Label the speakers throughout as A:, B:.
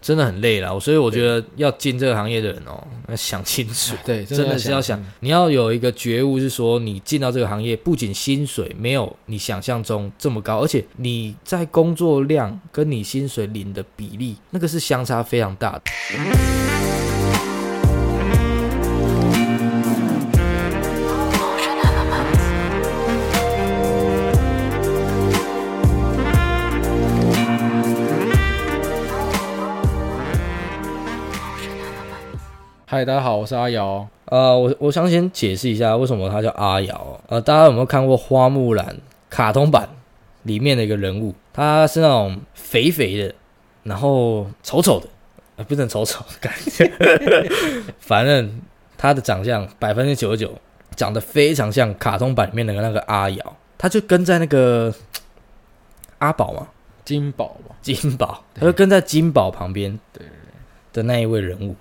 A: 真的很累了，所以我觉得要进这个行业的人哦，要想清楚，
B: 对，
A: 真的是要想，嗯你要有一个觉悟，是说你进到这个行业，不仅薪水没有你想象中这么高，而且你在工作量跟你薪水领的比例，那个是相差非常大的。
B: 嗨，大家好，我是阿瑶。
A: 呃，我我想先解释一下为什么他叫阿瑶哦。呃，大家有没有看过花木兰卡通版里面的一个人物？他是那种肥肥的，然后丑丑的，呃、不能丑丑，感觉， 反正他的长相百分之九十九长得非常像卡通版里面的那个阿瑶，他就跟在那个阿宝嘛，
B: 金宝吧，
A: 金宝，他就跟在金宝旁边
B: 对对
A: 的那一位人物，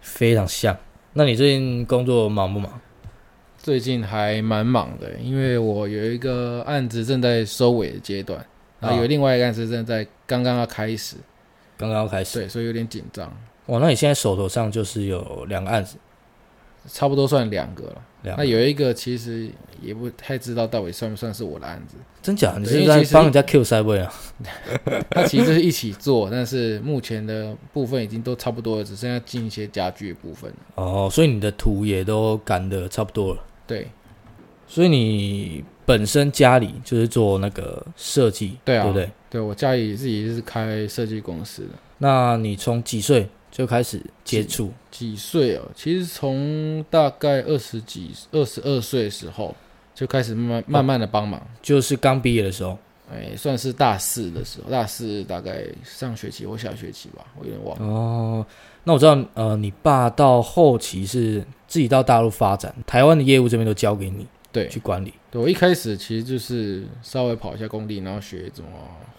A: 非常像。那你最近工作忙不忙？
B: 最近还蛮忙的，因为我有一个案子正在收尾的阶
A: 啊
B: 段，然后有另外一个案子正在刚刚要开始，
A: 刚刚要开始。
B: 对，所以有点紧张，
A: 哇，那你现在手头上就是有两个案子，
B: 差不多算两个了。
A: 两
B: 那
A: 个
B: 有一个其实也不太知道到底算不算是我的案子，
A: 真假？你
B: 因
A: 是
B: 为
A: 在
B: 其实
A: 帮人家 Q 塞位啊？
B: 它其实就是一起做， 但是目前的部分已经都差不多了，只剩下进一些家具的部分了。
A: 哦，所以你的图也都赶的差不多了，
B: 对
A: 所以你本身家里就是做那个设计，
B: 对啊
A: 对不对？
B: 对，我家里自己是开设计公司的，
A: 那你从几岁就开始接触？
B: 几岁哦？其实从大概二十几、二十二岁的时候就开始
A: 哦
B: 慢慢慢慢的帮忙，
A: 就是刚毕业的时候。
B: 哎，算是大四的时候，大四大概上学期或下学期吧，我有点忘了。
A: 哦，那我知道，呃，你爸到后期是自己到大陆发展，台湾的业务这边都交给你
B: 对，
A: 去管理。
B: 对我一开始其实就是稍微跑一下工地，然后学怎么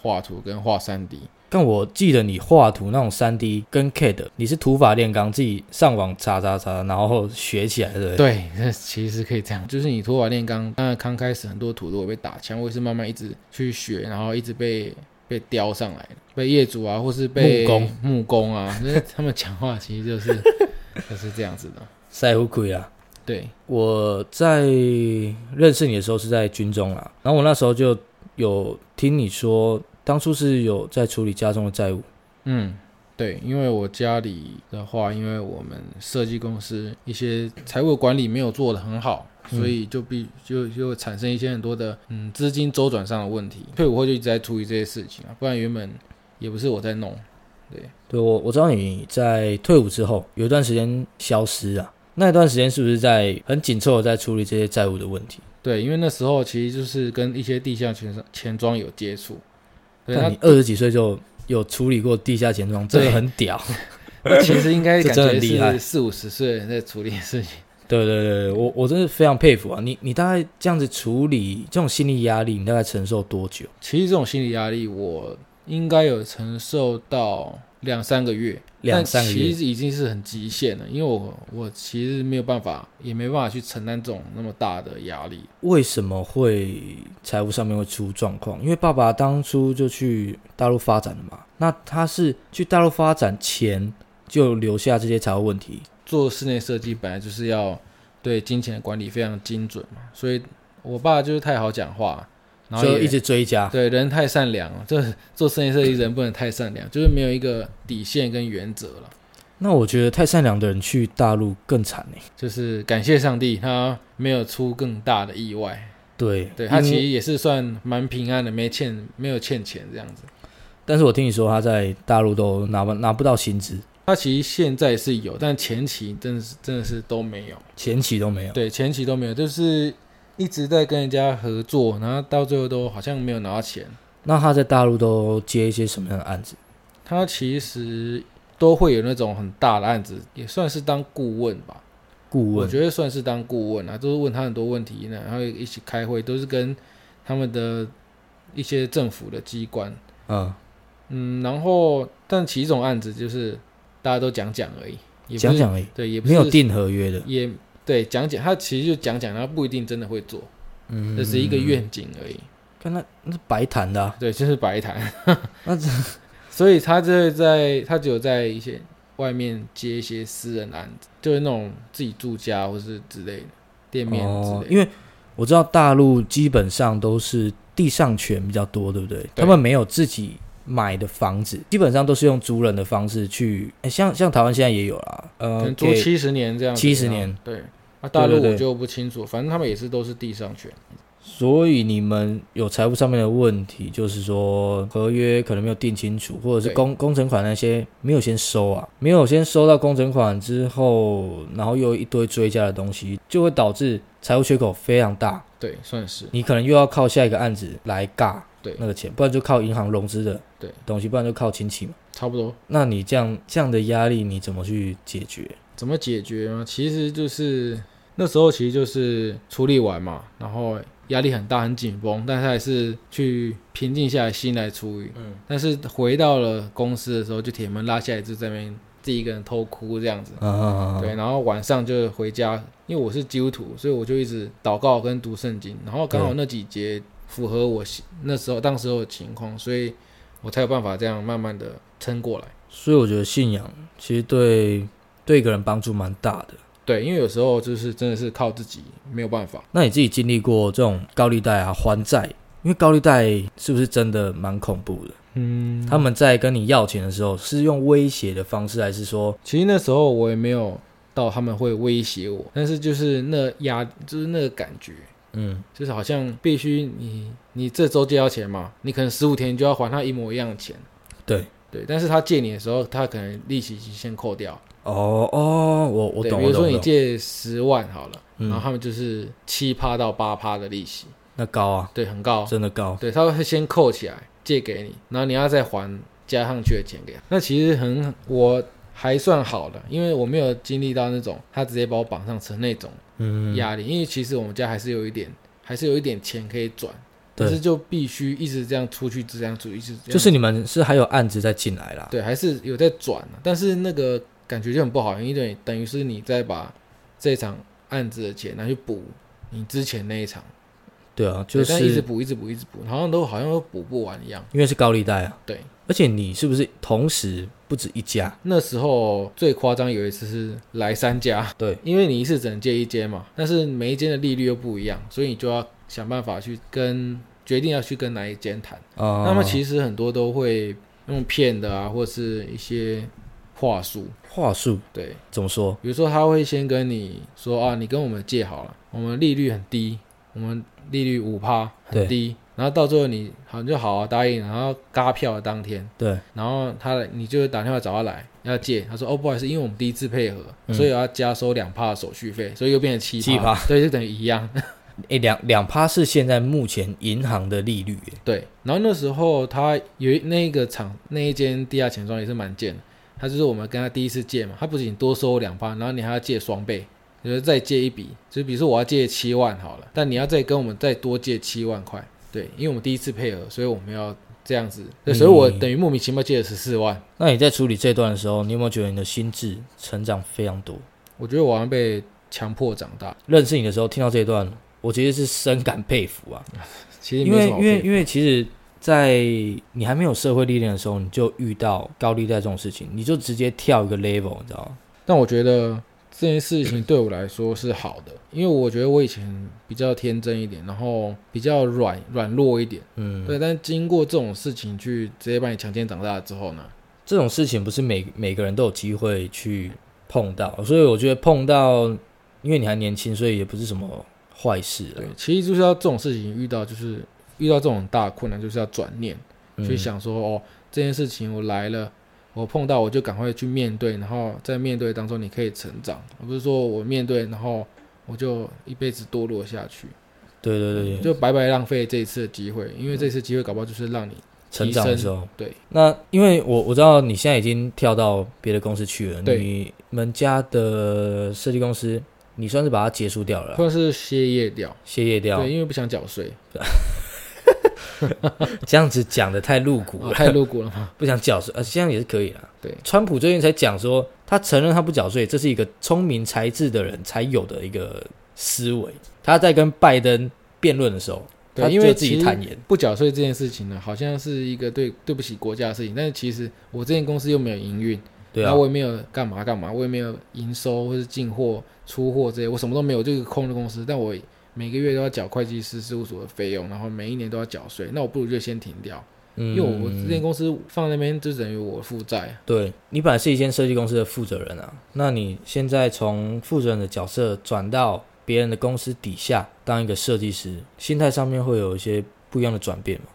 B: 画图跟画三 D。
A: 但我记得你画图那种三 D 跟 CAD，你是土法炼钢，自己上网查查查，然后学起来，对不对？
B: 对，这其实可以这样，就是你拖把炼钢，那刚开始很多土都会被打枪，我也是慢慢一直去学，然后一直被被雕上来的，被业主啊，或是被
A: 木工
B: 木工啊，就是他们讲话其实就是 就是这样子的。
A: 赛虎鬼啊！
B: 对，
A: 我在认识你的时候是在军中啦，然后我那时候就有听你说，当初是有在处理家中的债务，
B: 嗯，对，因为我家里的话，因为我们设计公司一些财务管理没有做得很好，
A: 嗯
B: 所以就必就就会产生一些很多的嗯资金周转上的问题。退伍后就一直在处理这些事情啊，不然原本也不是我在弄。
A: 对我我知道你在退伍之后有一段时间消失啊，那一段时间是不是在很紧凑的在处理这些债务的问题？
B: 对，因为那时候其实就是跟一些地下钱庄钱庄有接触，对，
A: 那
B: 那
A: 你二十几岁就有处理过地下钱庄，这个
B: 对
A: 很屌。
B: 那其实应 该
A: 这
B: 感
A: 真的
B: 觉
A: 很厉害
B: 是四五十岁的人在处理的事情。
A: 对对对，对我我真的非常佩服啊！你你大概这样子处理这种心理压力，你大概承受多久？
B: 其实这种心理压力，我应该有承受到两三个月，
A: 两三个
B: 但
A: 月
B: 其实已经是很极限了，因为我我其实没有办法，也没办法去承担这种那么大的压力。
A: 为什么会财务上面会出状况？因为爸爸当初就去大陆发展了嘛，那他是去大陆发展前就留下这些财务问题，
B: 做室内设计本来就是要对金钱的管理非常精准嘛，所以我爸就是太好讲话，然后
A: 就
B: 也
A: 一直追加。
B: 对，人太善良了，这做室内设计人不能太善良，就是没有一个底线跟原则了。
A: 那我觉得太善良的人去大陆更惨呢、
B: 就是感谢上帝，他没有出更大的意外，
A: 对，
B: 对他其
A: 因
B: 实
A: 为
B: 也是算蛮平安的，没欠没有欠钱这样子。
A: 但是我听你说他在大陆都拿不拿不到薪资，
B: 他其实现在是有，但前期真的是真的是都没有，
A: 前期都没有。
B: 对，前期都没有，就是一直在跟人家合作，然后到最后都好像没有拿到钱。
A: 那他在大陆都接一些什么样的案子？
B: 他其实都会有那种很大的案子，也算是当顾问吧。
A: 顾
B: 我
A: 问？
B: 觉得算是当顾问啊，都是问他很多问题呢，然后一起开会，都是跟他们的一些政府的机关，
A: 嗯，
B: 嗯，然后但其中案子就是大家都讲讲而已，也不是
A: 讲讲而已，
B: 对，也不
A: 没
B: 是
A: 有订合约的。
B: 也对讲讲，他其实就讲讲，他不一定真的会做，
A: 嗯，
B: 这是一个愿景而已，
A: 看那那是白谈的、啊，
B: 对，就是白谈，
A: 那
B: 所以他这在他只有在一些外面接一些私人案子，就是那种自己住家或是之类的店面之
A: 哦，
B: 类的。
A: 因为我知道大陆基本上都是地上权比较多，对不对？
B: 对
A: 他们没有自己买的房子，基本上都是用租人的方式去，诶像像台湾现在也有啦，
B: 可
A: 呃
B: 能，租
A: 给
B: 七十年这样子，
A: 70年
B: 对。啊，大陆
A: 对对
B: 我就不清楚，反正他们也是都是地上权，
A: 所以你们有财务上面的问题，就是说合约可能没有定清楚，或者是
B: 对
A: 工工程款那些没有先收啊，没有先收到工程款之后，然后又有一堆追加的东西，就会导致财务缺口非常大。
B: 对，算是
A: 你可能又要靠下一个案子来尬
B: 对
A: 那个钱，不然就靠银行融资的
B: 对
A: 东西，不然就靠亲戚嘛。
B: 差不多。
A: 那你这样这样的压力，你怎么去解决？
B: 怎么解决呢？其实就是那时候其实就是处理完嘛，然后压力很大很紧绷，但是还是去平静下来心来处理。
A: 嗯，
B: 但是回到了公司的时候，就铁门拉下来，就在那边自己一个人偷哭这样子。
A: 啊，
B: 对，然后晚上就回家，因为我是基督徒，所以我就一直祷告跟读圣经，然后刚好那几节符合我心那时候当时候的情况，所以我才有办法这样慢慢的撑过来。
A: 所以我觉得信仰其实对对一个人帮助蛮大的。
B: 对，因为有时候就是真的是靠自己，没有办法。
A: 那你自己经历过这种高利贷啊、还债？因为高利贷是不是真的蛮恐怖的？
B: 嗯，
A: 他们在跟你要钱的时候，是用威胁的方式，还是说
B: 其实那时候我也没有到他们会威胁我，但是就是那压，就是那个感觉，
A: 嗯
B: 就是好像必须你你这周借到钱嘛，你可能十五天就要还他一模一样的钱。
A: 对
B: 对，但是他借你的时候，他可能利息先扣掉。
A: 哦哦，我我
B: 对，
A: 懂，
B: 比如
A: 我懂我
B: 说你
A: 懂，
B: 借十万好了，然后
A: 嗯，
B: 他们就是七趴到八趴的利息，
A: 那高啊，
B: 对，很高。
A: 真的高，
B: 对，他会先扣起来借给你，然后你要再还加上去的钱给他。那其实很我还算好的，因为我没有经历到那种他直接把我绑上车那种
A: 嗯，
B: 压力，因为其实我们家还是有一点，还是有一点钱可以转，
A: 对
B: 但是就必须一直这样出去，这样出去，一直这样
A: 就是你们是还有案子再进来啦，
B: 对，还是有在转啊，但是那个感觉就很不好，因为等于是你在把这场案子的钱拿去补你之前那一场，
A: 对啊，就
B: 对但一直
A: 是
B: 补，一直补，一直补，好像都好像都补不完一样。
A: 因为是高利贷啊，
B: 对，
A: 而且你是不是同时不止一家？
B: 那时候最夸张有一次是来三家，
A: 对，
B: 因为你一次只能借一间嘛，但是每一间的利率又不一样，所以你就要想办法去跟决定要去跟哪一间谈。
A: 啊，
B: 那么其实很多都会用骗的啊，或是一些话术，
A: 话术
B: 对，
A: 怎么说？
B: 比如说他会先跟你说啊，你跟我们借好了，我们利率很低，我们利率五趴
A: 对
B: 很低，然后到最后你好你就好啊答应，然后嘎票的当天。
A: 对，
B: 然后他来你就打电话找他来要借，他说哦不好意思，因为我们第一次配合，
A: 嗯
B: 所以我要加收两帕手续费，所以又变成七
A: 七趴
B: 对，就等于一样。
A: 诶，两两趴是现在目前银行的利率，诶
B: 对，然后那时候他有一那个厂那一间地下钱庄也是蛮贱的，他就是我们跟他第一次借嘛，他不仅多收两趴，然后你还要借双倍，就是再借一笔，就比如说我要借七万好了，但你要再跟我们再多借七万块，对，因为我们第一次配合，所以我们要这样子，对所以我
A: 嗯
B: 等于莫名其妙借了十四万。
A: 那你在处理这段的时候，你有没有觉得你的心智成长非常多？
B: 我觉得我好像被强迫长大，
A: 认识你的时候，听到这一段，我其实是深感佩服啊，
B: 其实
A: 因
B: 没
A: 为
B: 什
A: 因
B: 么好
A: 为
B: 骗
A: 因为其实，在你还没有社会历练的时候，你就遇到高利贷这种事情，你就直接跳一个 level，你知道吗？
B: 但我觉得这件事情对我来说是好的，因为我觉得我以前比较天真一点，然后比较软软弱一点，
A: 嗯，
B: 对。但经过这种事情去直接把你强奸长大之后呢，
A: 这种事情不是每每个人都有机会去碰到，所以我觉得碰到，因为你还年轻，所以也不是什么坏事啊了
B: 对，，其实就是要这种事情遇到，就是遇到这种大困难，就是要转念
A: 嗯
B: 去想说，哦，这件事情我来了。我碰到我就赶快去面对，然后在面对当中你可以成长，而不是说我面对然后我就一辈子堕落下去。
A: 对对对对，
B: 就白白浪费这一次的机会，因为这次机会搞不好就是让你
A: 成长的时候，
B: 对
A: 那因为我我知道你现在已经跳到别的公司去了，
B: 对
A: 你们家的设计公司，你算是把它结束掉了啦，
B: 或者是歇业掉，
A: 歇业嗯掉
B: 对，，因为不想缴税，
A: 这样子讲的太露骨
B: 啊
A: 了，
B: 太露骨了 嘛。
A: 不想缴税，呃，这样也是可以啦。
B: 对
A: 川普最近才讲说，他承认他不缴税，这是一个聪明才智的人才有的一个思维。他在跟拜登辩论的时候，他
B: 对，因
A: 就
B: 为
A: 自己
B: 其实
A: 坦言，
B: 不缴税这件事情呢，好像是一个对对不起国家的事情，但是其实我这间公司又没有营运，
A: 对
B: 然
A: 啊
B: 后，我也没有干嘛干嘛，我也没有营收或是进货、出货这些，我什么都没有，我就是个空的公司。但我每个月都要缴会计师事务所的费用，然后每一年都要缴税，那我不如就先停掉，
A: 因
B: 因为我我
A: 嗯
B: 这间公司放那边就等于我负债。
A: 对你本来是一间设计公司的负责人啊，那你现在从负责人的角色转到别人的公司底下当一个设计师，心态上面会有一些不一样的转变嘛？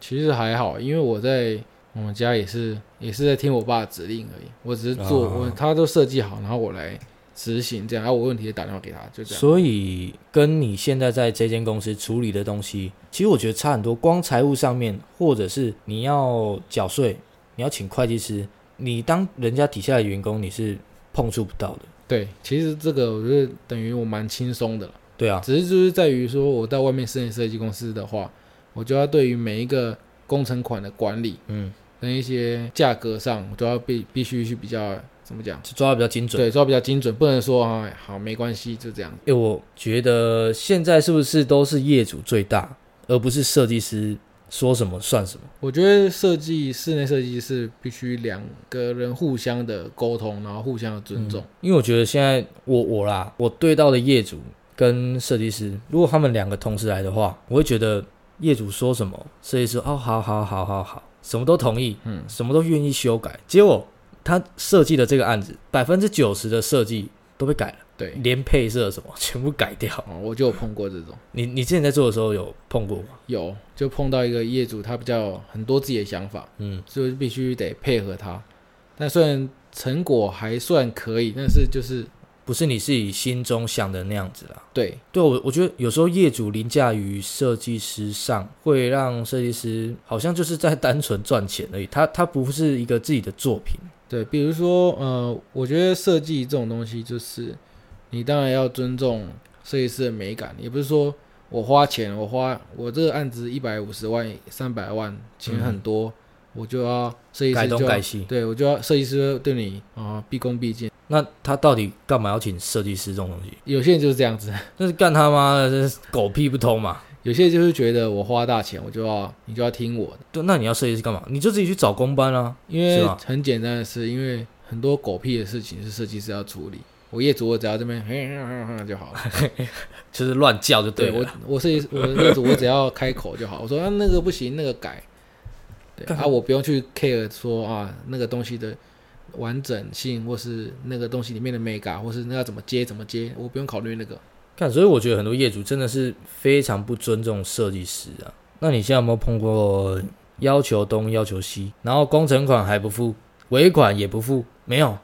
B: 其实还好，因为我在我们家也是也是在听我爸的指令而已，我只是做、
A: 哦
B: 我他都设计好，然后我来执行这样，然啊后我有问题也打电话给他，就这样。
A: 所以跟你现在在这间公司处理的东西，其实我觉得差很多。光财务上面，或者是你要缴税，你要请会计师，你当人家底下的员工，你是碰触不到的。
B: 对，其实这个我觉得等于我蛮轻松的了。
A: 对啊，
B: 只是就是在于说，我到外面室内设计公司的话，我就要对于每一个工程款的管理
A: 嗯，
B: 跟一些价格上，我都要必必须去比较怎么讲？
A: 就抓的比较精准。
B: 对，抓比较精准，不能说啊，好没关系，就这样。
A: 诶，我觉得现在是不是都是业主最大，而不是设计师说什么算什么？
B: 我觉得设计室内设计是必须两个人互相的沟通，然后互相的尊重。
A: 因为我觉得现在我我啦，我对到的业主跟设计师，如果他们两个同时来的话，我会觉得业主说什么，设计师哦，好好好好好，什么都同意，
B: 嗯
A: 什么都愿意修改。结果他设计的这个案子，百分之九十的设计都被改了，
B: 对，
A: 连配色什么全部改掉。
B: 哦，我就有碰过这种，
A: 你你之前在做的时候有碰过吗？
B: 有就碰到一个业主，他比较有很多自己的想法，
A: 嗯，
B: 所以必须得配合他。但虽然成果还算可以，但是就是
A: 不是你自己心中想的那样子啦。
B: 对
A: 对我，我觉得有时候业主凌驾于设计师上，会让设计师好像就是在单纯赚钱而已，他他不是一个自己的作品。
B: 对，比如说呃，我觉得设计这种东西，就是你当然要尊重设计师的美感，也不是说我花钱，我花我这个案子一百五十万、三百万，钱很多，我就要设计
A: 嗯改
B: 师
A: 东
B: 就要
A: 改西，
B: 对我就要设计师会对你啊、毕恭毕敬。
A: 那他到底干嘛要请设计师这种东西？
B: 有些人就是这样子，
A: 那是干他妈的，真是狗屁不通嘛！
B: 有些人就是觉得我花大钱，我就要你就要听我的，
A: 对，那你要设计师干嘛？你就自己去找工班啊。
B: 因
A: 是
B: 为
A: 吧
B: 很简单的事，因为很多狗屁的事情是设计师要处理。我业主我只要这边 嘿嘿嘿嘿就好了，
A: 就是乱叫就
B: 对
A: 了。
B: 我，我是我的日子，我只要开口就好。我说啊，那个不行，那个改。对
A: 干
B: 啊，我不用去 care 说啊，那个东西的完整性，或是那个东西里面的美感，或是那要怎么接怎么接，我不用考虑那个。
A: 看，所以我觉得很多业主真的是非常不尊重设计师啊。那你现在有没有碰过要求东要求西，然后工程款还不付，尾款也不付？没有，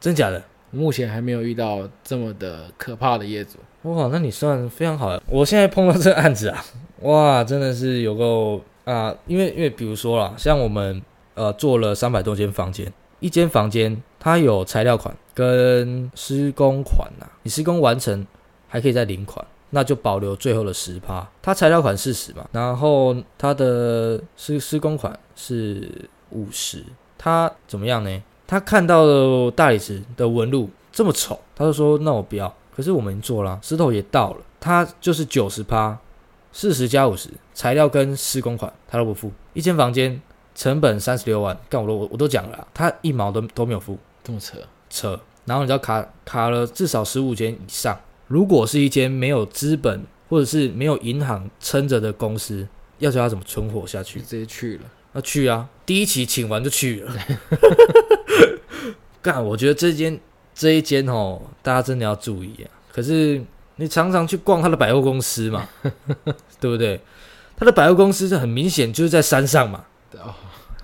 A: 真假的？
B: 目前还没有遇到这么的可怕的业主。
A: 哇，那你算非常好了。我现在碰到这个案子啊， 哇，真的是有够啊！因为因为比如说啦，像我们呃做了三百多间房间，一间房间它有材料款跟施工款呐、你施工完成还可以再领款，那就保留最后的十趴。它材料款四十嘛，然后它的施施工款是五十，他怎么样呢？他看到了大理石的纹路这么丑，他就说那我不要。可是我们已经做了啊、石头也到了，他就是九十趴，四十加五十，材料跟施工款他都不付。一间房间成本三十六万，干我都我我都讲了啊、他一毛都都没有付，
B: 这么扯，
A: 扯。然后你知道卡卡了至少十五间以上，如果是一间没有资本或者是没有银行撑着的公司，要叫他怎么存活下去
B: 就？直接去了。
A: 那去啊，第一期请完就去 了。干，我觉得这间这一间哦，大家真的要注意啊。可是你常常去逛他的百货公司 嘛，对不对？他的百货公司是很明显就是在山上嘛，
B: 哦，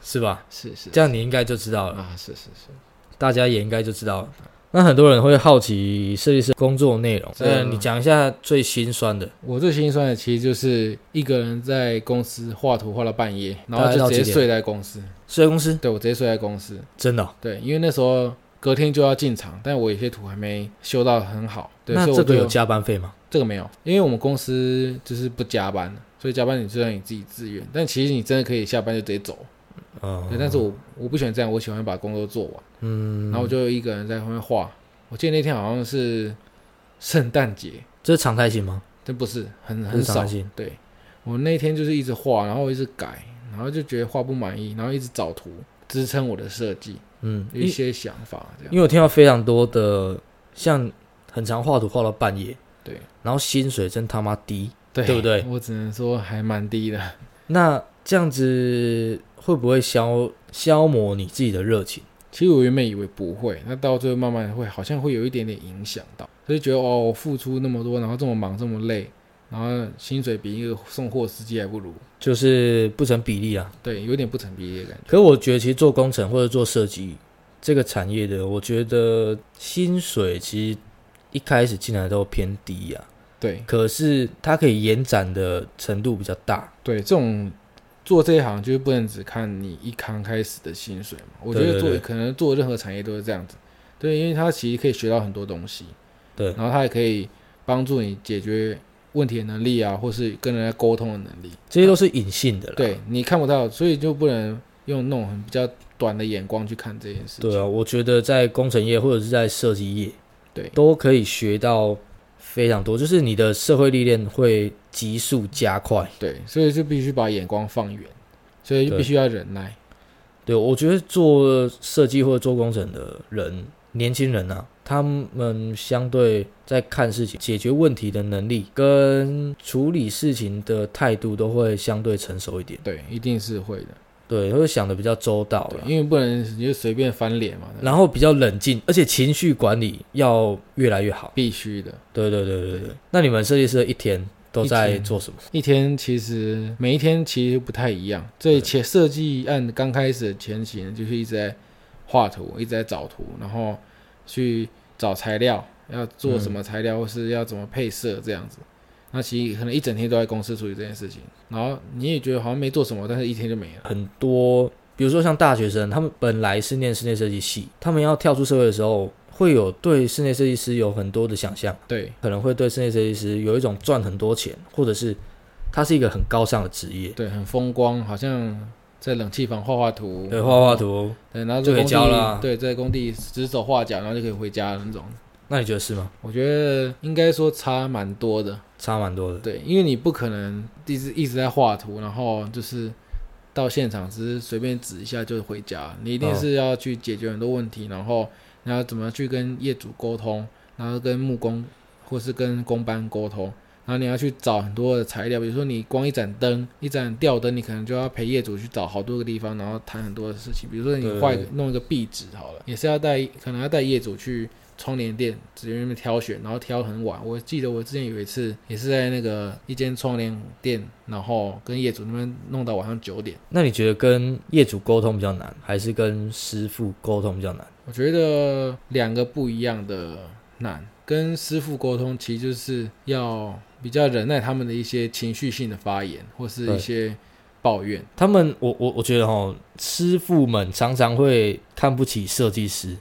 A: 是吧？
B: 是是
A: 这样你应该就知道了，
B: 啊，是是是，
A: 大家也应该就知道了。那很多人会好奇设计师工作内容，呃
B: 这
A: 那你讲一下最心酸的，
B: 我最心酸的其实就是一个人在公司画图画到半夜，
A: 大
B: 然后
A: 概到
B: 就直接
A: 几点
B: 睡在公司。
A: 设计公司
B: 对我直接睡在公司。
A: 真的哦、
B: 对，因为那时候隔天就要进场，但我有些图还没修到很好，对，
A: 那
B: 所以
A: 这
B: 我
A: 个
B: 就
A: 有加班费吗？
B: 这个没有，因为我们公司就是不加班，所以加班你虽然你自己自愿，但其实你真的可以下班就直接走。
A: 嗯
B: 对，，但是我我不喜欢这样，我喜欢把工作做完。嗯，然后我就一个人在后面画。我记得那天好像是圣诞节，
A: 这是常态性吗？
B: 但不是很
A: 这
B: 很
A: 是常
B: 少
A: 态。性，
B: 对，我那天就是一直画，然后一直改，然后就觉得画不满意，然后一直找图支撑我的设计，
A: 嗯，
B: 一
A: 因
B: 些想法这样。
A: 因为我听到非常多的，像很常画图画到半夜，
B: 对，
A: 然后薪水真他妈低，
B: 对
A: 对不对
B: 我只能说还蛮低的。
A: 那这样子会不会消消磨你自己的热情？
B: 其实我原本以为不会，那到最后慢慢会好像会有一点点影响到，所以觉得哦，我付出那么多，然后这么忙这么累，然后薪水比一个送货司机还不如，
A: 就是不成比例啊。
B: 对，有点不成比例的感觉。
A: 可我觉得，其实做工程或者做设计这个产业的，我觉得薪水其实一开始进来都偏低啊，
B: 对
A: 可是它可以延展的程度比较大。
B: 对，这种做这一行就是不能只看你一刚开始的薪水嘛，我觉
A: 对
B: 得
A: 对
B: 做
A: 对
B: 可能做任何产业都是这样子，对，因为它其实可以学到很多东西，
A: 对
B: 然后它也可以帮助你解决问题的能力啊，或是跟人家沟通的能力。
A: 这些都是隐性的啦。
B: 对你看不到，所以就不能用那种很比较短的眼光去看这件事情。
A: 对啊，我觉得在工程业或者是在设计业，
B: 对
A: 都可以学到非常多，就是你的社会历练会急速加快。
B: 对所以就必须把眼光放远，所以就
A: 对
B: 必须要忍耐。
A: 对，我觉得做设计或者做工程的人，年轻人啊，他们相对在看事情、解决问题的能力跟处理事情的态度，都会相对成熟一点。
B: 对，一定是会的。
A: 对，会想的比较周到
B: 对，
A: 了，
B: 因为不能你就随便翻脸嘛，
A: 然后比较冷静，而且情绪管理要越来越好。
B: 必须的。
A: 对对对对对。那你们设计师的一天都
B: 一
A: 在
B: 天
A: 做什么？
B: 一天其实每一天其实不太一样。这前设计案刚开始的前期呢，就是一直在画图，一直在找图，然后去找材料，要做什么材料，或是要怎么配色这样子。那其实可能一整天都在公司处理这件事情，然后你也觉得好像没做什么，但是一天就没了。
A: 很多，比如说像大学生，他们本来是念室内设计系，他们要跳出社会的时候，会有对室内设计师有很多的想象，
B: 对
A: 可能会对室内设计师有一种赚很多钱，或者是它是一个很高尚的职业。
B: 对，很风光，好像在冷气房画画图，
A: 对，画画，图，
B: 对，然后
A: 就可以
B: 在工
A: 交
B: 地
A: 了啊
B: 对，在工地指手画脚，然后就可以回家了那种。
A: 那你觉得是吗？
B: 我觉得应该说差蛮多的。
A: 差蛮多的。
B: 对，因为你不可能一直一直在画图，然后就是到现场只是随便指一下就回家，你一定是要去解决很多问题，然后然后怎么去跟业主沟通，然后跟木工或是跟工班沟通。然后你要去找很多的材料，比如说你光一盏灯、一盏吊灯，你可能就要陪业主去找好多个地方，然后谈很多的事情。比如说
A: 对
B: 你
A: 对
B: 画一
A: 对
B: 个弄一个壁纸好了，也是要带，可能要带业主去窗帘店直接那边挑选，然后挑很晚。我记得我之前有一次也是在那个一间窗帘店，然后跟业主那边弄到晚上九点。
A: 那你觉得跟业主沟通比较难，还是跟师傅沟通比较难？
B: 我觉得两个不一样的难，跟师傅沟通其实就是要比较忍耐他们的一些情绪性的发言或是
A: 对
B: 一些抱怨。
A: 他们，我我我觉得哈，师傅们常常会看不起设计师，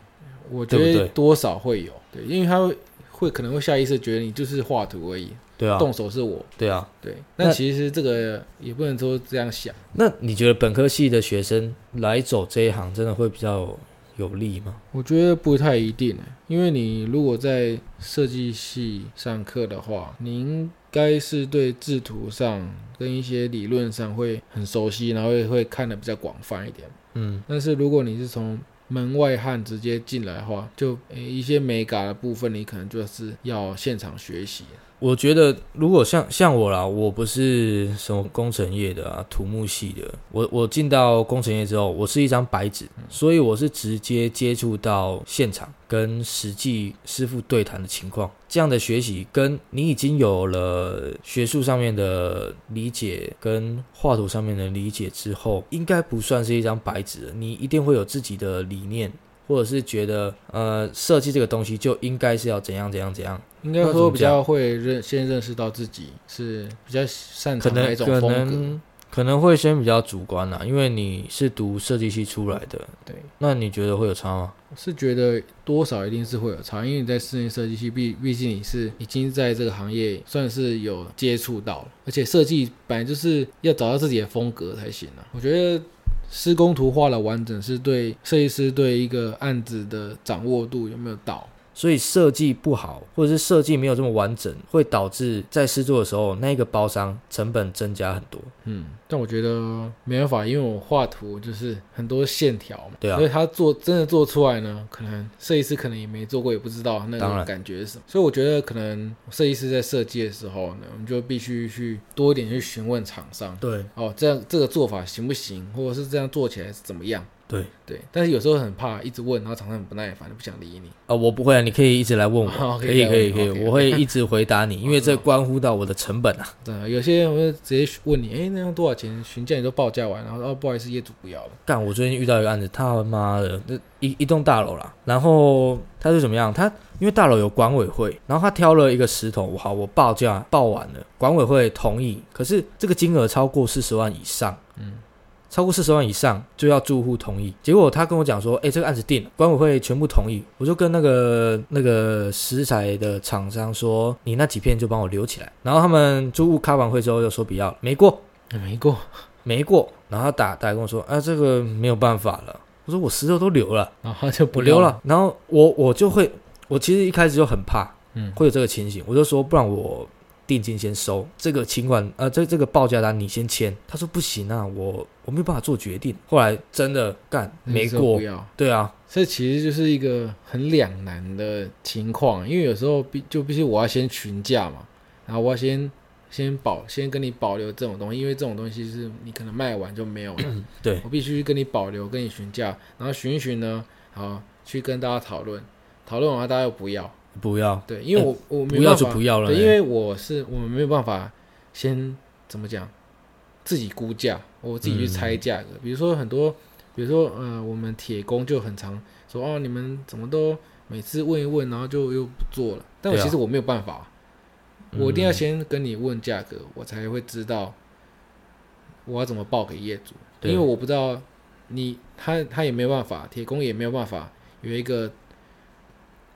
B: 我
A: 对
B: 觉
A: 不对
B: 得多少会有，对，因为他会会可能会下意识觉得你就是画图而已，
A: 对啊，
B: 动手是我，
A: 对啊，
B: 对。
A: 那
B: 但其实这个也不能说这样想。
A: 那你觉得本科系的学生来走这一行，真的会比较有利吗？
B: 我觉得不太一定欸，因为你如果在设计系上课的话，你应该是对制图上跟一些理论上会很熟悉，然后也会看得比较广泛一点。
A: 嗯，
B: 但是如果你是从门外汉直接进来的话，就呃一些美感的部分，你可能就是要现场学习。
A: 我觉得如果像像我啦，我不是什么工程业的啊，土木系的，我我进到工程业之后，我是一张白纸，所以我是直接接触到现场跟实际师傅对谈的情况，这样的学习跟你已经有了学术上面的理解跟画图上面的理解之后，应该不算是一张白纸了，你一定会有自己的理念。或者是觉得，呃，设计这个东西就应该是要怎样怎样怎样，
B: 应该说比较会认先认识到自己是比较擅
A: 可
B: 长哪
A: 能
B: 一种
A: 可
B: 风格。
A: 能可能会先比较主观啦，因为你是读设计系出来的，
B: 对，
A: 那你觉得会有差吗？
B: 我是觉得多少一定是会有差，因为你在室内设计系，毕毕竟你是已经在这个行业算是有接触到了，而且设计本来就是要找到自己的风格才行啊。我觉得施工图画的完整是对设计师对一个案子的掌握度有没有到，啊
A: 所以设计不好，或者是设计没有这么完整，会导致在试做的时候那个包商成本增加很多。
B: 嗯，但我觉得没办法，因为我画图就是很多线条嘛，
A: 对啊
B: 所以他做真的做出来呢，可能设计师可能也没做过，也不知道那
A: 当
B: 种
A: 然
B: 感觉是什么，所以我觉得可能设计师在设计的时候呢，我们就必须去多一点去询问厂商，
A: 对
B: 哦，这样这个做法行不行，或者是这样做起来是怎么样？
A: 对，
B: 对，但是有时候很怕一直问，然后厂商很不耐烦，就不想理你。
A: 啊、我不会啊，你可以一直来问 我，
B: 好
A: 可以可以
B: 哦可
A: 可以，
B: 以可以哦
A: 我会一直回答你，因为 这
B: 好
A: 关乎到我的成本啊。
B: 对，有些人会直接问你，哎、那样多少钱？询价你都报价完，然后哦，不好意思，业主不要了。
A: 干，我最近遇到一个案子，他妈的，那一一栋大楼啦，然后他是怎么样？他因为大楼有管委会，然后他挑了一个石头，好，我报价报完了，管委会同意，可是这个金额超过四十万以上，
B: 嗯，
A: 超过四十万以上就要住户同意。结果他跟我讲说，哎、这个案子定了，管委会全部同意，我就跟那个那个食材的厂商说，你那几片就帮我留起来。然后他们租户开完会之后又说不要了，哎没过，
B: 没过，
A: 没过，然后他打打来跟我说，啊，这个没有办法了。我说我石头都留了，
B: 然后就不
A: 我留
B: 要，
A: 了，然后我我就会，我其实一开始就很怕，
B: 嗯
A: 会有这个情形，我就说不然我定金先收，这个请款呃这这个报价单你先签。他说不行啊，我我没有办法做决定。后来真的干没
B: 那时候
A: 过
B: 不，要。
A: 对啊，。
B: 这其实就是一个很两难的情况，因为有时候必就必须我要先询价嘛，然后我要先先保先跟你保留这种东西，因为这种东西是你可能卖完就没有了
A: 对
B: 我必须跟你保留，跟你询价，然后询一询呢，好去跟大家讨论，讨论完了大家又不要，
A: 不要
B: 对，因为我、我没
A: 不要
B: 办
A: 就
B: 法
A: 不要了、哎
B: 对，因为我是我没有办法先怎么讲，自己估价，我自己去猜价格。比如说很多，比如说呃，我们铁工就很常说哦，你们怎么都每次问一问，然后就又不做了。但我
A: 对啊
B: 其实我没有办法，我一定
A: 嗯
B: 要先跟你问价格，我才会知道我要怎么报给业主，
A: 对
B: 因为我不知道你他他也没有办法，铁工也没有办法有一个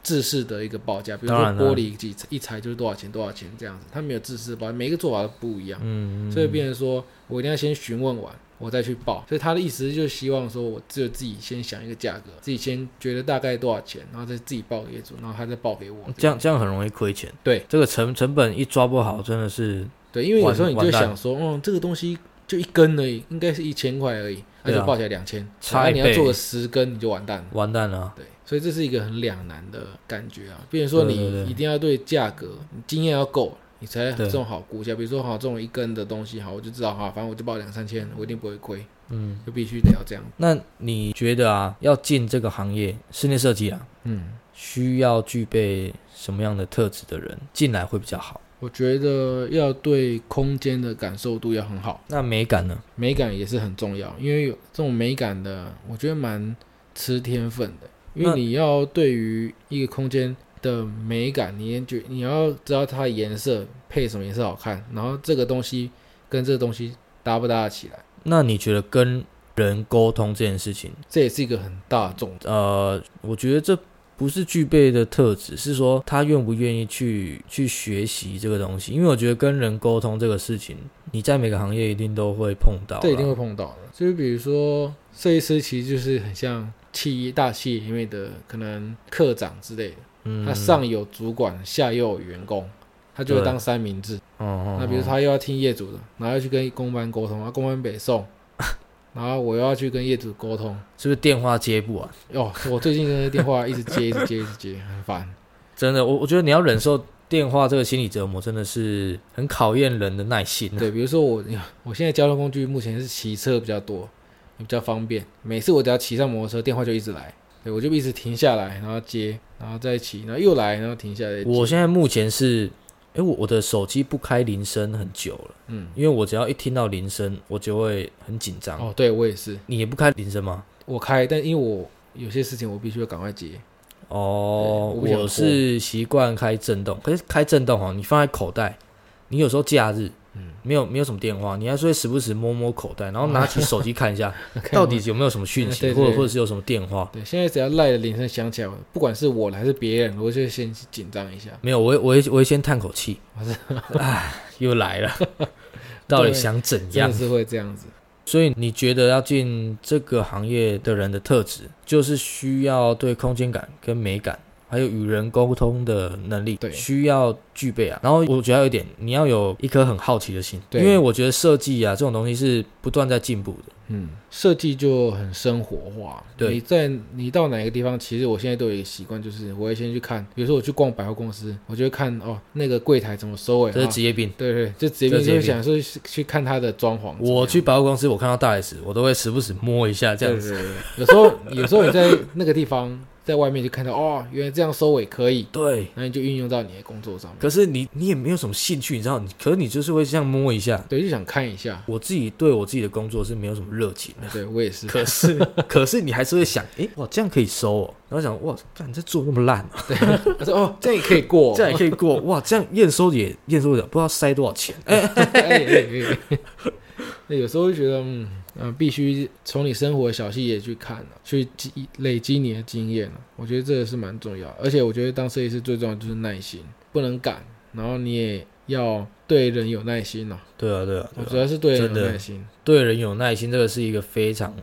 B: 制式的一个报价，比如
A: 当
B: 说
A: 然
B: 玻
A: 了
B: 璃几一裁就是多少钱多少钱这样子，他没有制式的报价，每一个做法都不一样，
A: 嗯，嗯
B: 所以变成说我一定要先询问完。我再去报，所以他的意思就是希望说，我只有自己先想一个价格，自己先觉得大概多少钱，然后再自己报给业主，然后他再报给我。
A: 这样这样很容易亏钱。
B: 对，
A: 这个成成本一抓不好，真的是
B: 对，因为有
A: 完
B: 时候你就
A: 完蛋
B: 想说，哦，这个东西就一根而已，应该是一千块而已，那
A: 对啊
B: 就报起来两千，
A: 差
B: 然后
A: 一
B: 你要
A: 倍
B: 做个十根你就完蛋了。
A: 完蛋了啊。
B: 对，所以这是一个很两难的感觉啊。比如说
A: 对对
B: 你
A: 对
B: 一定要对价格你经验要够，你才
A: 对
B: 这种好估价。比如说好这种一根的东西，好我就知道哈，反正我就报两三千，我一定不会亏，
A: 嗯，
B: 就必须得要这样。
A: 那你觉得啊，要进这个行业，室内设计啊，
B: 嗯，
A: 需要具备什么样的特质的人进来会比较好？
B: 我觉得要对空间的感受度要很好。
A: 那美感呢？
B: 美感也是很重要，因为有这种美感的，我觉得蛮吃天分的，因为
A: 那
B: 你要对于一个空间的美感，你也觉你要知道它的颜色配什么颜色好看，然后这个东西跟这个东西搭不搭得起来，
A: 那你觉得跟人沟通这件事情，
B: 这也是一个很大的重点。
A: 呃，我觉得这不是具备的特质，是说他愿不愿意去去学习这个东西。因为我觉得跟人沟通这个事情，你在每个行业一定都会碰到啦，
B: 这一定会碰到的。就是比如说，设计师其实就是很像企业大企业里面的可能科长之类的，
A: 嗯，
B: 他上有主管，下又有员工，他就会
A: 对
B: 当三明治。
A: 哦，哦
B: 那比如
A: 哦
B: 他又要听业主的，然后要去跟公班沟通，然后公班 北送，然后我又要去跟业主沟通。
A: 是不是电话接不完？
B: 哦，我最近真的电话一直接，一直接，一直接，很烦。
A: 真的，我我觉得你要忍受电话这个心理折磨，真的是很考验人的耐心、啊。
B: 对，比如说我，我现在交通工具目前是骑车比较多，比较方便。每次我只要骑上摩托车，电话就一直来，对我就一直停下来，然后接，然后再骑，然后又来，然后停下来。再接
A: 我现在目前是，哎、我我的手机不开铃声很久了，
B: 嗯，
A: 因为我只要一听到铃声，我就会很紧张。
B: 哦，对我也是，
A: 你也不开铃声吗？
B: 我开，但因为我有些事情我必须要赶快接。
A: 哦，
B: 对我不想
A: 我是习惯开震动，可是开震动哦，你放在口袋，你有时候假日，
B: 嗯
A: 没有没有什么电话，你还是会时不时摸摸口袋，然后拿起
B: 哦
A: 手机 看一下， 到底有没有什么讯息，
B: 对对
A: 或者或者是有什么电话。
B: 对，现在只要赖的铃声响起来，不管是我还是别人，我就先紧张一下。
A: 没有，我会我会我会先叹口 气，哎，又来了，到底想怎
B: 真
A: 样
B: 的？是会这样子。
A: 所以你觉得要进这个行业的人的特质，就是需要对空间感跟美感还有与人沟通的能力，
B: 对
A: 需要具备啊。然后我觉得还有一点，你要有一颗很好奇的心，
B: 对
A: 因为我觉得设计啊这种东西是不断在进步的。
B: 嗯，设计就很生活化。
A: 对
B: 你在你到哪个地方，其实我现在都有一个习惯，就是我会先去看，比如说我去逛百货公司，我就会看哦，那个柜台怎么收尾。
A: 这是
B: 啊
A: 职业病。
B: 对对，就直接
A: 这是
B: 就
A: 职业
B: 是
A: 病
B: 想说去去看它的装潢怎么样。
A: 我去百货公司，我看到大 S，我都会时不时摸一下这样子。
B: 对对对对有时候有时候你在那个地方，在外面就看到哦，原来这样收尾可以，
A: 对，
B: 那你就运用到你的工作上面。
A: 可是你你也没有什么兴趣，你知道？你可是你就是会这样摸一下。
B: 对，就想看一下。
A: 我自己对我自己的工作是没有什么热情 的，
B: 对我也是，
A: 可是 可是你还是会想，诶，哇，这样可以收哦。然后想，哇，干你这做那么烂、啊，
B: 他说哦，这样也可以 过，
A: 这样也可以过，哇，这样验收也验收了，不知道塞多少钱。 啊
B: 哎哎哎 哎那有时候就觉得，嗯嗯、呃必须从你生活的小细节去看、啊、去积累积你的经验、啊、我觉得这个是蛮重要的，而且我觉得当设计师最重要的就是耐心，不能赶，然后你也要对人有耐心呐、
A: 对啊，对啊，
B: 我
A: 对啊
B: 主要是对人
A: 真
B: 有
A: 的
B: 耐心。
A: 对人有耐心，这个是一个非常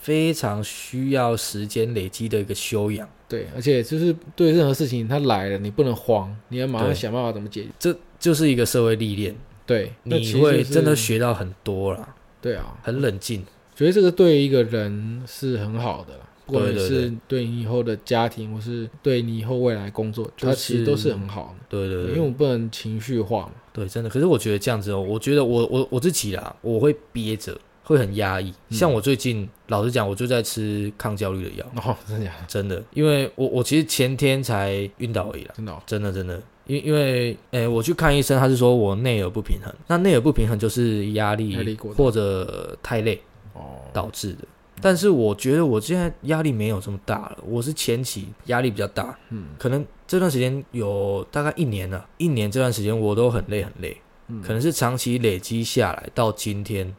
A: 非常需要时间累积的一个修养。
B: 对，而且就是对任何事情，它来了，你不能慌，你要马上
A: 对
B: 想办法怎么解决。
A: 这就是一个社会历练，
B: 对，那其
A: 你
B: 实就
A: 会
B: 是
A: 真的学到很多啦，
B: 对啊，
A: 很冷静。
B: 觉得这个对一个人是很好的啦，不管
A: 对对
B: 是对你以后的家庭，或是对你以后未来工作，
A: 就
B: 它其实
A: 是
B: 都是很好的。
A: 对对对，
B: 因为我们不能情绪化嘛，
A: 对，真的。可是我觉得这样子哦，我觉得我我我自己啦，我会憋着，会很压抑。
B: 嗯
A: 像我最近，老实讲，我就在吃抗焦虑的药，
B: 哦，真的假的？
A: 真的，因为我我其实前天才晕倒而已啦，
B: 真的、哦，
A: 真的真的。因因为，诶、我去看医生，他是说我内耳不平衡。那内耳不平衡就是压
B: 压力
A: 力
B: 过大
A: 或者太累
B: 哦，
A: 导致的。但是我觉得我现在压力没有这么大了，我是前期压力比较大，
B: 嗯
A: 可能这段时间有大概一年了，一年这段时间我都很累很累。
B: 嗯，
A: 可能是长期累积下来到今天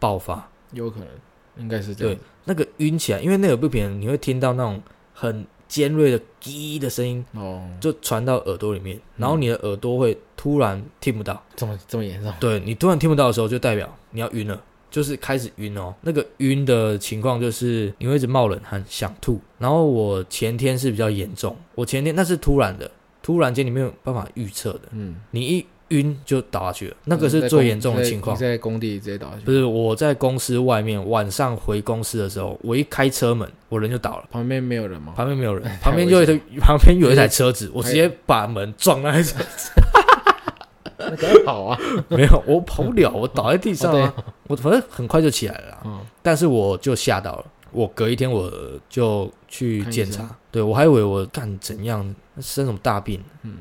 A: 爆发，
B: 有可能，应该是这样子。
A: 那个晕起来，因为那个不平衡，你会听到那种很尖锐的“叽”的声音，
B: 哦，
A: 就传到耳朵里面，然后你的耳朵会突然听不到。
B: 这么这么严重？
A: 对你突然听不到的时候，就代表你要晕了。就是开始晕哦，那个晕的情况就是你会一直冒冷汗、想吐。然后我前天是比较严重，我前天那是突然的，突然间你没有办法预测的，
B: 嗯，
A: 你一晕就倒下去了，嗯那个
B: 你在
A: 是
B: 工
A: 最严重的
B: 你在
A: 情况
B: 你。在工地直接倒下去，
A: 不是我在公司外面，晚上回公司的时候，我一开车门，我人就倒了，
B: 旁边没有人吗？
A: 旁边没有人，
B: 太
A: 旁边
B: 危
A: 就有一
B: 险
A: 台，旁边有一台车
B: 哎
A: 子，我直接把门撞那台车，
B: 那刚好啊，
A: 没有，我跑不了，我倒在地上
B: 哦
A: 啊，我反正很快就起来了啦，
B: 嗯，
A: 但是我就吓到了，我隔一天我就去
B: 看医
A: 检
B: 生
A: 查，对我还以为我干怎样生什么大病，
B: 嗯，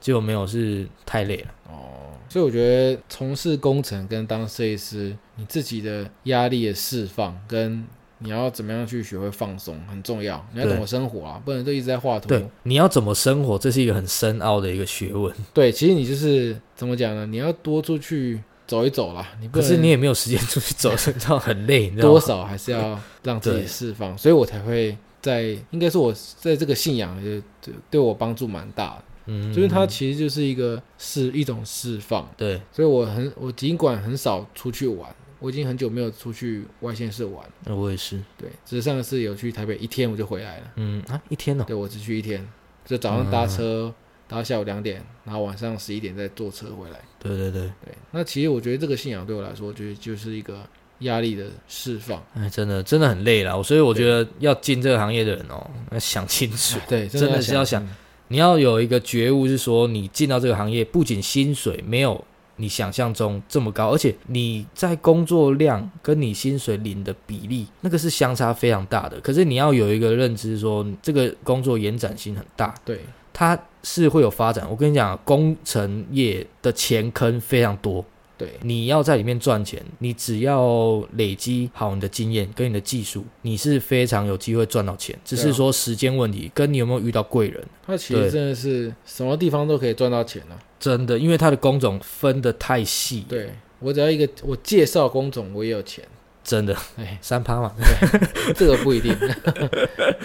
A: 结果没有，是太累了，
B: 哦，所以我觉得从事工程跟当设计师，你自己的压力的释放跟你要怎么样去学会放松很重要。你要
A: 对
B: 懂得生活啊，不能就一直在画图。
A: 对，你要怎么生活，这是一个很深奥的一个学问，
B: 对其实你就是怎么讲呢？你要多出去走一走啦。你不
A: 可是你
B: 能
A: 也没有时间出去 走，你知道很累，你知道
B: 多
A: 吗？
B: 少还是要让自己
A: 对
B: 释放，所以我才会在应该是我在这个信仰就对对我帮助蛮大的，
A: 嗯，
B: 就是它其实就是一个是一种释放。
A: 对。
B: 所以我很我尽管很少出去玩，我已经很久没有出去外县市玩了。
A: 那我也是，
B: 对，只是上一次有去台北一天我就回来了。
A: 嗯啊，一天哦，
B: 对我只去一天，就早上搭车、
A: 啊
B: 搭到下午两点，然后晚上十一点再坐车回来。
A: 对对对，
B: 对，那其实我觉得这个信仰对我来说，我觉得就是一个压力的释放。
A: 哎，真的真的很累了，所以我觉得要进这个行业的人哦，要想清楚，
B: 对，
A: 真的
B: 的
A: 是要想，你要有一个觉悟，是说你进到这个行业，不仅薪水没有你想象中这么高，而且你在工作量跟你薪水领的比例，那个是相差非常大的。可是你要有一个认知说，这个工作延展性很大，
B: 对，
A: 它是会有发展。我跟你讲，工程业的钱坑非常多，
B: 对，
A: 你要在里面赚钱，你只要累积好你的经验跟你的技术，你是非常有机会赚到
B: 啊
A: 钱。只是说时间问题，跟你有没有遇到贵人，
B: 它其实
A: 对
B: 真的是什么地方都可以赚到钱了、
A: 真的，因为它的工种分得太细，
B: 对我只要一个我介绍工种，我也有钱。
A: 真 的
B: 哎，
A: 三趴嘛，
B: 这个不一定， 对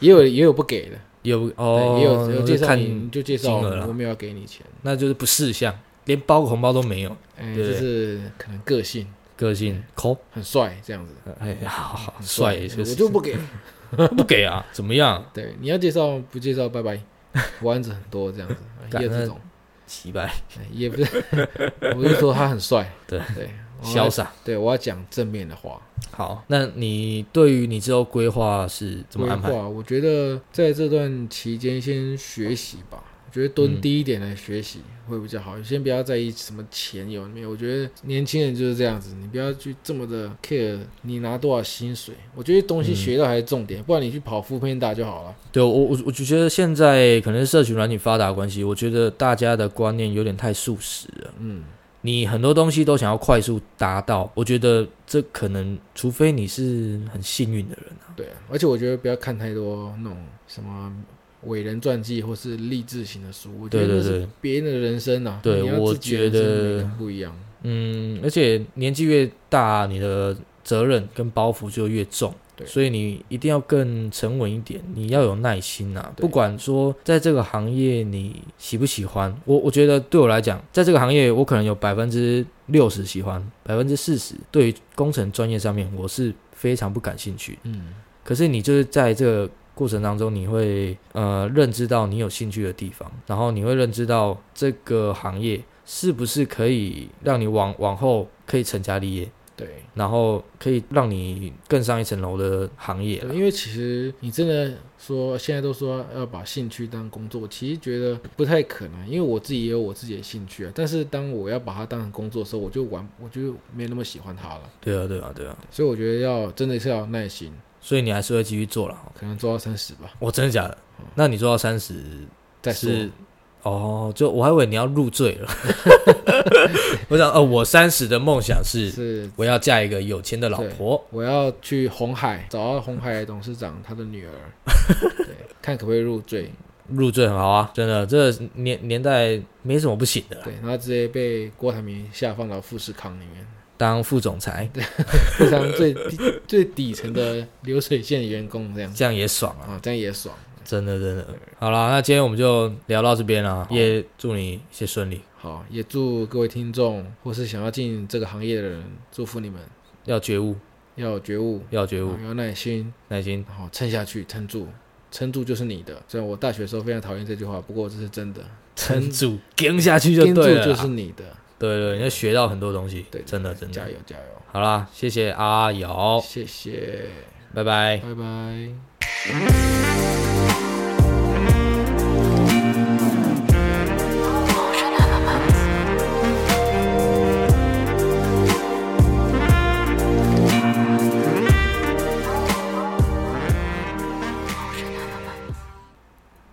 B: 也有也有不给的。
A: 有
B: 对
A: 哦，
B: 也有有介绍
A: 看
B: 你，你就介绍
A: 金额啦
B: 我，我没有要给你钱，
A: 那就是不识相，连包个红包都没有，
B: 哎，就
A: 对
B: 是可能个性
A: 个性抠，
B: 很帅这样子，
A: 哎，好好帅，
B: 对
A: 就
B: 嗯我
A: 是
B: 就不给。
A: 不给啊，怎么样？
B: 对，你要介绍不介绍，拜拜。丸子很多这样 子，哎
A: 干
B: 叶
A: 那
B: 这种
A: 奇白
B: 也不是， 我是说他很帅，
A: 对
B: 对，我要
A: 潇洒。
B: 对我要讲正面的话，
A: 好，那你对于你之后规划是怎么安排
B: 规？划我觉得在这段期间先学习吧，我觉得
A: 嗯
B: 蹲低一点来学习会比较好。先不要在意什么钱有没有，我觉得年轻人就是这样子，你不要去这么的 care 你拿多少薪水。我觉得东
A: 嗯
B: 西学到还是重点，不然你去跑副片大就好了。
A: 对我我我就觉得现在可能是社群软体发达的关系，我觉得大家的观念有点太速食了。
B: 嗯，
A: 你很多东西都想要快速达到，我觉得这可能，除非你是很幸运的人啊。
B: 对啊，而且我觉得不要看太多那种什么。伟人传记或是励志型的书，我觉得
A: 对对
B: 那是
A: 对
B: 别人的人生啊，
A: 对
B: 你要
A: 我
B: 自己的人生
A: 觉得
B: 每个人不一样。
A: 嗯，而且年纪越大，你的责任跟包袱就越重。
B: 对
A: 所以你一定要更沉稳一点，你要有耐心啊！
B: 对
A: 不管说在这个行业你喜不喜欢，我我觉得对我来讲，在这个行业我可能有百分之六十喜欢，百分之四十对于工程专业上面我是非常不感兴趣的
B: 嗯，
A: 可是你就是在这个过程当中，你会呃认知到你有兴趣的地方，然后你会认知到这个行业是不是可以让你往往后可以成家立业，
B: 对。
A: 然后可以让你更上一层楼的行业啦
B: 对，因为其实你真的说现在都说要把兴趣当工作，其实觉得不太可能，因为我自己也有我自己的兴趣啊。但是当我要把它当成工作的时候，我就玩，我就没那么喜欢它了。
A: 对啊，对啊，对啊，
B: 所以我觉得要真的是要有耐心，
A: 所以你还是会继续做啦。
B: 可能做到三十吧，
A: 我、真的假的？那你做到三十
B: 再说。
A: 是？哦，就我还以为你要入赘了。 我想，哦，我三十的梦想是
B: 是
A: 我要嫁一个有钱的老婆。
B: 我要去红海找到红海的董事长他 的女儿，对，看可不可以入赘，
A: 入赘很好啊，真的，这个年年代没什么不行的啦，
B: 对，然后直接被郭台铭下放到富士康里面，
A: 当副总裁
B: 非常最底最底层的流水线员工这样。
A: 这样也爽啊，
B: 啊，这样也爽。
A: 真的真的。好啦，那今天我们就聊到这边啦，也祝你一切顺利，
B: 好，也祝各位听众或是想要进这个行业的人，祝福你们
A: 要觉悟，
B: 要有觉悟，
A: 要觉悟
B: 啊，要耐心，
A: 耐心。
B: 然后撑下去，撑住，撑住就是你的。虽然我大学的时候非常讨厌这句话，不过这是真的，
A: 撑住，跟下去就
B: 嗯撑住
A: 对了
B: 就
A: 啦。
B: 是你的。
A: 对对，你会学到很多东西
B: 对，
A: 真的真
B: 加
A: 的。
B: 油加油！
A: 好啦，谢谢阿瑶，
B: 谢谢，
A: 拜拜。
B: 拜拜。